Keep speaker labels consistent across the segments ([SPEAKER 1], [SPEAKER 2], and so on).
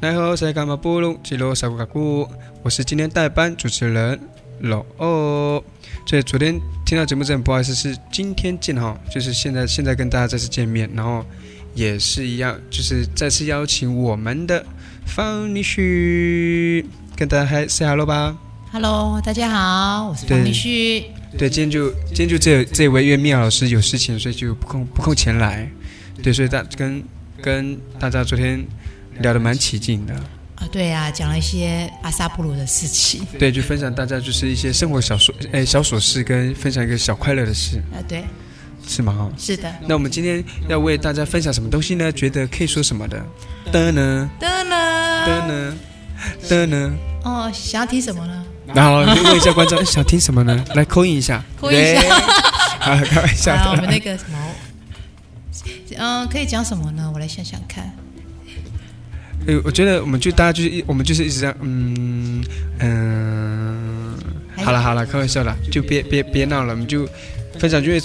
[SPEAKER 1] Hello，塞干嘛布隆吉罗萨古卡古，我是今天代班主持人老欧。所以昨天听到节目之前，不好意思，是今天见哈，就是现在现在跟大家再次见面，然后也是一样，就是再次邀请我们的方尼旭跟大家嗨 say hello 吧。
[SPEAKER 2] Hello，大家好，我是方立旭。
[SPEAKER 1] 对，今天就今天就这这位，因为妙老师有事情，所以就不空不空前来。对，所以大跟跟大家昨天聊得蛮起劲的。
[SPEAKER 2] 啊，对啊，讲了一些阿萨布鲁的事情。
[SPEAKER 1] 对，就分享大家就是一些生活小琐哎小琐事，跟分享一个小快乐的事，
[SPEAKER 2] 啊，对，
[SPEAKER 1] 是吗？哈。
[SPEAKER 2] 是的。
[SPEAKER 1] 那我们今天要为大家分享什么东西呢？觉得可以说什么的？的呢？
[SPEAKER 2] 的呢？
[SPEAKER 1] 的呢？的呢？
[SPEAKER 2] 哦，想要听什么呢？
[SPEAKER 1] 然后问一下观众哎想听什么呢？来扣印一下，
[SPEAKER 2] 扣印一下
[SPEAKER 1] 对。好，开玩笑
[SPEAKER 2] 啊，我们
[SPEAKER 1] 的。
[SPEAKER 2] 那个什么，嗯，可以讲什么呢？我来想想看。
[SPEAKER 1] 呃，我觉得我们就大家就是一，我们就是一直这样，嗯嗯、
[SPEAKER 2] 还有
[SPEAKER 1] 好了好了，开玩笑啦，就别别别闹了，我们就分享，因为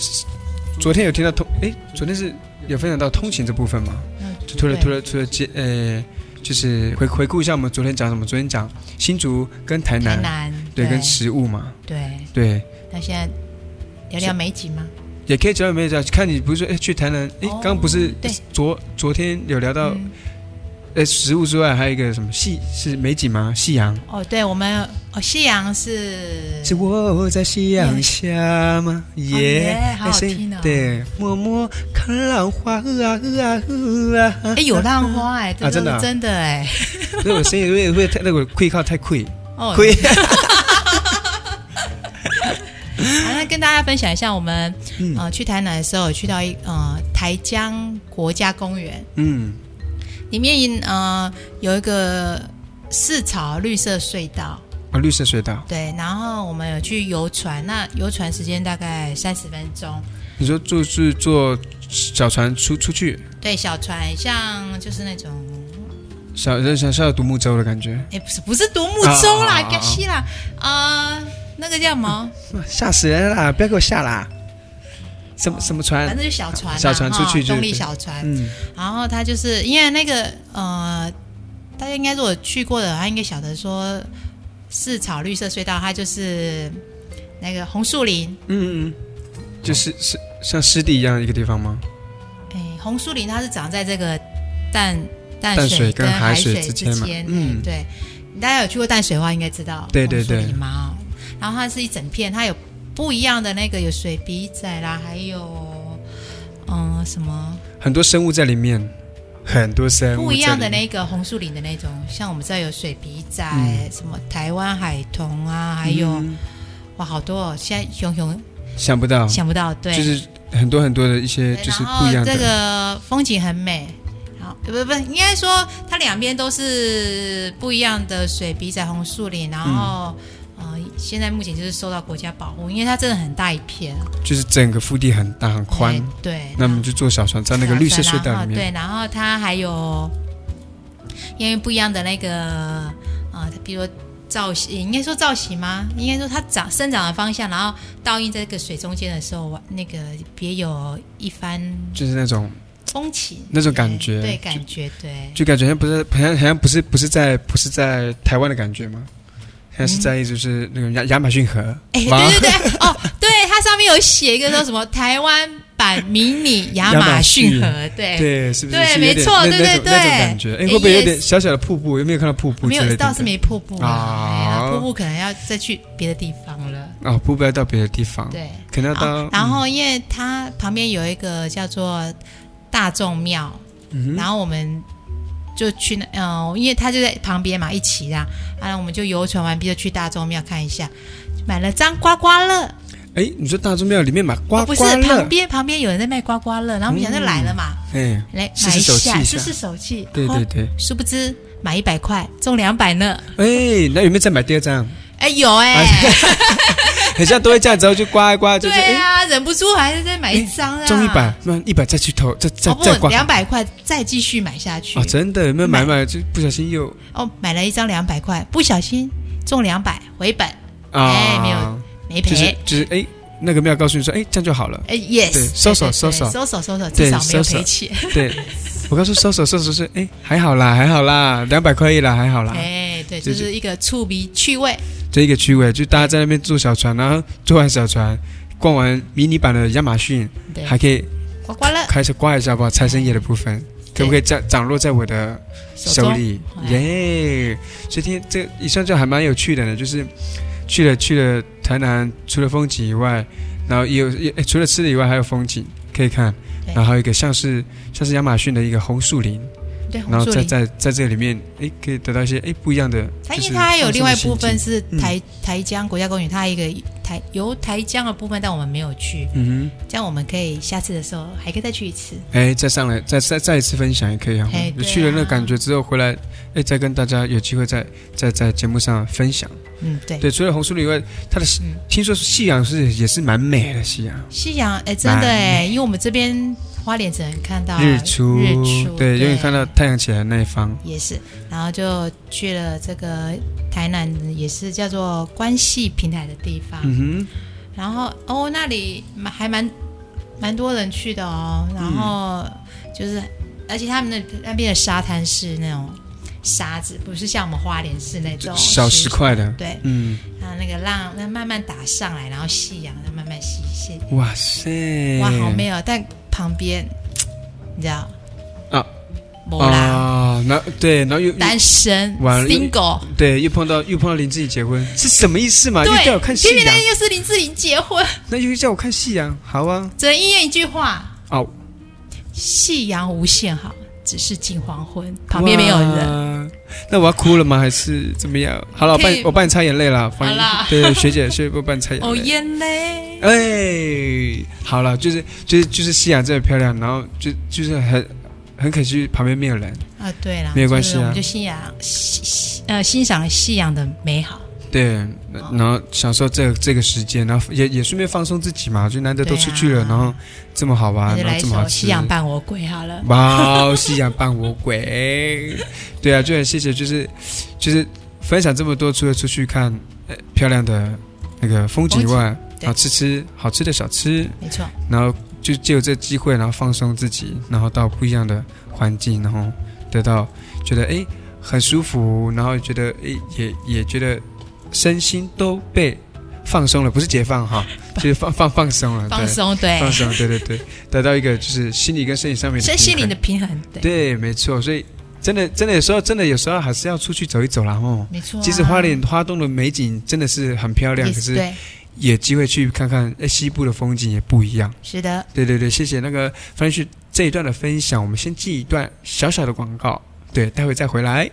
[SPEAKER 1] 昨天有听到通，哎，昨天是有分享到通勤这部分吗？
[SPEAKER 2] 嗯
[SPEAKER 1] 就除了
[SPEAKER 2] 对
[SPEAKER 1] 除了除了接呃，就是回回顾一下我们昨天讲什么，昨天讲新竹跟台南，
[SPEAKER 2] 台南，
[SPEAKER 1] 对，跟食物嘛，
[SPEAKER 2] 对。
[SPEAKER 1] 对，
[SPEAKER 2] 那现在聊聊美景吗？
[SPEAKER 1] 也可以讲没有讲，看你不是说哎去台南，哎，
[SPEAKER 2] 哦
[SPEAKER 1] 刚刚不是
[SPEAKER 2] 对
[SPEAKER 1] 昨昨天有聊到
[SPEAKER 2] 嗯
[SPEAKER 1] 哎食物之外，还有一个什么夕是美景吗？夕阳。
[SPEAKER 2] 哦，对，我们哦，夕阳是
[SPEAKER 1] 是我在夕阳下吗？耶，
[SPEAKER 2] 哦耶好好
[SPEAKER 1] 谁
[SPEAKER 2] 听哦
[SPEAKER 1] 对，默默看浪花啊啊啊！
[SPEAKER 2] 哎有浪花哎，这
[SPEAKER 1] 啊真的啊
[SPEAKER 2] 是真的哎。
[SPEAKER 1] 那我声音会会太那个溃靠太溃
[SPEAKER 2] 哦，
[SPEAKER 1] 溃，
[SPEAKER 2] 好，那跟大家分享一下，我们、
[SPEAKER 1] 嗯
[SPEAKER 2] 呃去台南的时候，有去到一呃台江国家公园，
[SPEAKER 1] 嗯，
[SPEAKER 2] 里面呃有一个四草绿色隧道，
[SPEAKER 1] 啊，绿色隧道，
[SPEAKER 2] 对，然后我们有去游船，那游船时间大概三十分钟，
[SPEAKER 1] 你说就是坐小船出出去，
[SPEAKER 2] 对，小船像就是那种，
[SPEAKER 1] 小人像像独木舟的感觉，
[SPEAKER 2] 哎，不是不是独木舟
[SPEAKER 1] 啊啊
[SPEAKER 2] 啦，
[SPEAKER 1] 啊啊
[SPEAKER 2] 该西啦，呃，那个叫什么？
[SPEAKER 1] 哇吓死人了啦！不要给我吓啦！什么什么
[SPEAKER 2] 哦反
[SPEAKER 1] 船？
[SPEAKER 2] 正就小船
[SPEAKER 1] 嗯
[SPEAKER 2] 啦，
[SPEAKER 1] 小船出去
[SPEAKER 2] 哈
[SPEAKER 1] 就
[SPEAKER 2] 动力小船，
[SPEAKER 1] 嗯，
[SPEAKER 2] 然后他就是因为那个呃，大家应该如果去过的，他应该晓得说四草绿色隧道，它就是那个红树林，
[SPEAKER 1] 嗯就是是像湿地一样的一个地方吗？
[SPEAKER 2] 哎，红树林它是长在这个淡淡
[SPEAKER 1] 淡水跟
[SPEAKER 2] 跟
[SPEAKER 1] 海水
[SPEAKER 2] 水
[SPEAKER 1] 之
[SPEAKER 2] 之
[SPEAKER 1] 间嘛嗯
[SPEAKER 2] 嗯，对，大家有去过淡水的话，应该知道
[SPEAKER 1] 对对
[SPEAKER 2] 红树
[SPEAKER 1] 对
[SPEAKER 2] 林嘛。哦然后它是一整片，它有不一样的那个有水笔仔啦，还有嗯、呃什么。
[SPEAKER 1] 很多生物在里面，很多生物
[SPEAKER 2] 不一
[SPEAKER 1] 在
[SPEAKER 2] 样的
[SPEAKER 1] 里面
[SPEAKER 2] 那个红树林的那种，像我们这儿有水笔仔、
[SPEAKER 1] 嗯
[SPEAKER 2] 什么台湾海桐啊，还有、
[SPEAKER 1] 嗯
[SPEAKER 2] 哇，好多哦！现在熊熊
[SPEAKER 1] 想不到，
[SPEAKER 2] 想不到，对，
[SPEAKER 1] 就是很多很多的一些
[SPEAKER 2] 对
[SPEAKER 1] 就是
[SPEAKER 2] 然后
[SPEAKER 1] 不一样的，
[SPEAKER 2] 这个风景很美。好，呃不不，应该说它两边都是不一样的水笔仔红树林，然后、
[SPEAKER 1] 嗯
[SPEAKER 2] 呃，现在目前就是受到国家保护，因为它真的很大一片啊，
[SPEAKER 1] 就是整个腹地很大很宽，
[SPEAKER 2] 哎对，
[SPEAKER 1] 那我们就坐小船在那个
[SPEAKER 2] 啊
[SPEAKER 1] 绿色隧道里面，
[SPEAKER 2] 哦对，然后它还有因为不一样的那个啊、呃比如说造型，应该说造型吗？应该说它长生长的方向，然后倒映在这个水中间的时候，哇那个别有一番
[SPEAKER 1] 就是那种
[SPEAKER 2] 风情，
[SPEAKER 1] 那种感觉
[SPEAKER 2] 对，
[SPEAKER 1] 就
[SPEAKER 2] 感觉对。
[SPEAKER 1] 就感觉好像不是好像好像不是不是在不是在台湾的感觉吗？好像是在就是那个亚亚马逊河，
[SPEAKER 2] 哎，
[SPEAKER 1] 哇
[SPEAKER 2] 对对对，哦，对，它上面有写一个说什么台湾版迷你亚
[SPEAKER 1] 亚马
[SPEAKER 2] 马逊
[SPEAKER 1] 逊
[SPEAKER 2] 河，对，
[SPEAKER 1] 对，是不是？
[SPEAKER 2] 对
[SPEAKER 1] 是有点
[SPEAKER 2] 没错
[SPEAKER 1] 那
[SPEAKER 2] 对
[SPEAKER 1] 那种
[SPEAKER 2] 对
[SPEAKER 1] 那种
[SPEAKER 2] 对
[SPEAKER 1] 感觉，哎，
[SPEAKER 2] 哎
[SPEAKER 1] 会不会有
[SPEAKER 2] 也
[SPEAKER 1] 点小小的瀑布？有没有看到瀑布之
[SPEAKER 2] 没
[SPEAKER 1] 类的？
[SPEAKER 2] 有，倒是没瀑布
[SPEAKER 1] 啊
[SPEAKER 2] 啊，哎呀瀑布可能要再去别的地方了，
[SPEAKER 1] 哦，瀑布要到别的地方，
[SPEAKER 2] 对。
[SPEAKER 1] 可能要
[SPEAKER 2] 啊
[SPEAKER 1] 到，
[SPEAKER 2] 然后因为它旁边有一个叫做大众庙，
[SPEAKER 1] 嗯
[SPEAKER 2] 然后我们就去那，嗯、因为它就在旁边嘛，一起啦。啊，我们就游船完毕，就去大众庙看一下，买了张刮刮乐，
[SPEAKER 1] 哎，你说大钟庙里面买
[SPEAKER 2] 哦
[SPEAKER 1] 刮
[SPEAKER 2] 不
[SPEAKER 1] 刮
[SPEAKER 2] 是旁
[SPEAKER 1] 乐，
[SPEAKER 2] 边旁边有人在卖刮刮乐，然后我们想就来了嘛，
[SPEAKER 1] 哎，
[SPEAKER 2] 来
[SPEAKER 1] 试
[SPEAKER 2] 买
[SPEAKER 1] 试
[SPEAKER 2] 一
[SPEAKER 1] 手气
[SPEAKER 2] 下，
[SPEAKER 1] 一
[SPEAKER 2] 试
[SPEAKER 1] 下
[SPEAKER 2] 试手气。
[SPEAKER 1] 对对
[SPEAKER 2] 哦，
[SPEAKER 1] 对，
[SPEAKER 2] 殊不知买一百块中两百呢，
[SPEAKER 1] 哎，那有没有再买第二张？
[SPEAKER 2] 哎有哎、
[SPEAKER 1] 很像都会这样，之后就刮一刮，就是
[SPEAKER 2] 对
[SPEAKER 1] 哎、
[SPEAKER 2] 啊，忍不住还是再买一张啊，
[SPEAKER 1] 中一百，那一百再去投，再再、
[SPEAKER 2] 哦
[SPEAKER 1] 再
[SPEAKER 2] 不，
[SPEAKER 1] 刮。
[SPEAKER 2] 两百块再继续买下去
[SPEAKER 1] 哦，真的有没有买买就不小心又
[SPEAKER 2] 哦，买了一张两百块，不小心中两百回本，
[SPEAKER 1] 啊？
[SPEAKER 2] 哎没有没赔。
[SPEAKER 1] 就是就是哎、那个庙 告诉你说，哎、这样就好了。
[SPEAKER 2] 呃
[SPEAKER 1] 对
[SPEAKER 2] ，yes，对
[SPEAKER 1] 收手
[SPEAKER 2] 对
[SPEAKER 1] 收
[SPEAKER 2] 对
[SPEAKER 1] 手
[SPEAKER 2] 收手，收手，
[SPEAKER 1] 对
[SPEAKER 2] 至少没
[SPEAKER 1] 收
[SPEAKER 2] 有
[SPEAKER 1] 手
[SPEAKER 2] 赔钱。
[SPEAKER 1] 对，我告诉收手收手是，哎，还好啦，还好啦，两百块一啦，还好啦。
[SPEAKER 2] 哎，对，
[SPEAKER 1] 这
[SPEAKER 2] 就
[SPEAKER 1] 就是
[SPEAKER 2] 一个触鼻趣味，
[SPEAKER 1] 这一个区位，就大家在那边坐小船，然后坐完小船，逛完迷你版的亚马逊，
[SPEAKER 2] 对，
[SPEAKER 1] 还可以
[SPEAKER 2] 刮刮乐
[SPEAKER 1] 开始刮一下吧，财神爷的部分，可不可以降涨落在我的手
[SPEAKER 2] 中，
[SPEAKER 1] 里？
[SPEAKER 2] 哎
[SPEAKER 1] 耶！所以今天这一算就还蛮有趣的呢，就是去了去了台南，除了风景以外，然后也有也诶除了吃的以外，还有风景可以看，
[SPEAKER 2] 对
[SPEAKER 1] 然后还有一个像是像是亚马逊的一个红树林，
[SPEAKER 2] 对，
[SPEAKER 1] 然
[SPEAKER 2] 红
[SPEAKER 1] 后
[SPEAKER 2] 树
[SPEAKER 1] 在
[SPEAKER 2] 林。
[SPEAKER 1] 在在这里面，诶，可以得到一些诶不一样的，
[SPEAKER 2] 它
[SPEAKER 1] 就
[SPEAKER 2] 因
[SPEAKER 1] 是
[SPEAKER 2] 为它还有
[SPEAKER 1] 放松
[SPEAKER 2] 另外一
[SPEAKER 1] 的
[SPEAKER 2] 部
[SPEAKER 1] 心
[SPEAKER 2] 分
[SPEAKER 1] 情，
[SPEAKER 2] 是
[SPEAKER 1] 嗯
[SPEAKER 2] 台台江国家公园，它还有一个台游台江的部分，但我们没有去，
[SPEAKER 1] 嗯
[SPEAKER 2] 这样我们可以下次的时候还可以再去一次。
[SPEAKER 1] 哼，诶，再上来再再再一次分享也可以啊
[SPEAKER 2] 哎，
[SPEAKER 1] 我
[SPEAKER 2] 对
[SPEAKER 1] 去了那个
[SPEAKER 2] 啊
[SPEAKER 1] 感觉之后回来，诶，再跟大家有机会再再在节目上分享。
[SPEAKER 2] 嗯，对，
[SPEAKER 1] 对，除了红树林以外，它的夕
[SPEAKER 2] 嗯
[SPEAKER 1] 听说夕阳是也是蛮美的夕阳。
[SPEAKER 2] 夕阳，哎，真
[SPEAKER 1] 蛮
[SPEAKER 2] 的哎，因为我们这边花莲只能看到
[SPEAKER 1] 日出，
[SPEAKER 2] 日出，啊
[SPEAKER 1] 对，永远看到太阳起来的那一方。
[SPEAKER 2] 也是，然后就去了这个台南，也是叫做关系平台的地方。
[SPEAKER 1] 嗯
[SPEAKER 2] 然后哦，那里蛮还蛮蛮多人去的哦。然后就是，而且他们那那边的沙滩是那种沙子，不是像我们花莲是那种
[SPEAKER 1] 哼，小石。块的，
[SPEAKER 2] 对，
[SPEAKER 1] 嗯，
[SPEAKER 2] 然后那个浪那慢慢打上来，然后夕阳再慢慢西西，
[SPEAKER 1] 哇塞，
[SPEAKER 2] 哇，好美哦！但旁边你知道
[SPEAKER 1] 啊，
[SPEAKER 2] 某啦，
[SPEAKER 1] 啊！然后对，然后又
[SPEAKER 2] 单身
[SPEAKER 1] 完了又
[SPEAKER 2] single。
[SPEAKER 1] 对又碰到又碰到林志颖结婚，是什么意思嘛？又
[SPEAKER 2] 对
[SPEAKER 1] 叫我看
[SPEAKER 2] 偏
[SPEAKER 1] 夕阳
[SPEAKER 2] 偏那，天又是林志玲结婚，
[SPEAKER 1] 那又叫我看夕阳，好啊，
[SPEAKER 2] 只能应验一句话：
[SPEAKER 1] 哦，
[SPEAKER 2] 夕阳无限好，只是近黄昏，旁边没有人。
[SPEAKER 1] 人，那我要哭了吗？还是怎么样？好了，我
[SPEAKER 2] 可
[SPEAKER 1] 帮
[SPEAKER 2] 以
[SPEAKER 1] 你我帮你擦眼泪了，放
[SPEAKER 2] 好啦
[SPEAKER 1] 对学姐，学姐我帮你擦眼
[SPEAKER 2] 哦
[SPEAKER 1] 泪。
[SPEAKER 2] 眼泪，
[SPEAKER 1] 哎，好了，就是就是就是夕阳真的漂亮，然后就就是很很可惜旁边没有人。
[SPEAKER 2] 啊，对啦，
[SPEAKER 1] 没有关系啊
[SPEAKER 2] 就是我们就信仰西西呃欣赏夕阳的美好，哦
[SPEAKER 1] 对，然后享受这这个时间，然后也也顺便放松自己嘛，就难得都出去了，
[SPEAKER 2] 对啊
[SPEAKER 1] 然后这么好玩，
[SPEAKER 2] 那就
[SPEAKER 1] 然
[SPEAKER 2] 哎来
[SPEAKER 1] 后啊
[SPEAKER 2] 一
[SPEAKER 1] 这么好
[SPEAKER 2] 首《
[SPEAKER 1] 吃，
[SPEAKER 2] 夕阳伴我归》好了。
[SPEAKER 1] 哇哦，夕阳伴我归，对啊，就很谢谢，就是就是分享这么多，除了出去看、呃、漂亮的那个风景以外，
[SPEAKER 2] 对
[SPEAKER 1] 然后吃吃好吃的小吃，
[SPEAKER 2] 没错，
[SPEAKER 1] 然后就借由这机会，然后放松自己，然后到不一样的环境，然后得到觉得诶很舒服，然后觉得诶也也觉得身心都被放松了，不是解放哈，就是放放 放松了，
[SPEAKER 2] 放松，
[SPEAKER 1] 对，
[SPEAKER 2] 对，
[SPEAKER 1] 放松，对对对，得到一个就是心理跟身体上面的
[SPEAKER 2] 身心
[SPEAKER 1] 平
[SPEAKER 2] 灵
[SPEAKER 1] 衡
[SPEAKER 2] 的平衡，对，
[SPEAKER 1] 对，没错，所以真的真的有时候真的有时候还是要出去走一走啦吼。
[SPEAKER 2] 没错啊。
[SPEAKER 1] 其实花莲花东的美景真的是很漂亮，
[SPEAKER 2] 也
[SPEAKER 1] 可是
[SPEAKER 2] 对，
[SPEAKER 1] 也有机会去看看，诶西部的风景也不一样。
[SPEAKER 2] 是的，
[SPEAKER 1] 对对对，谢谢那个 French 这一段的分享，我们先记一段小小的广告，对，待会再回来。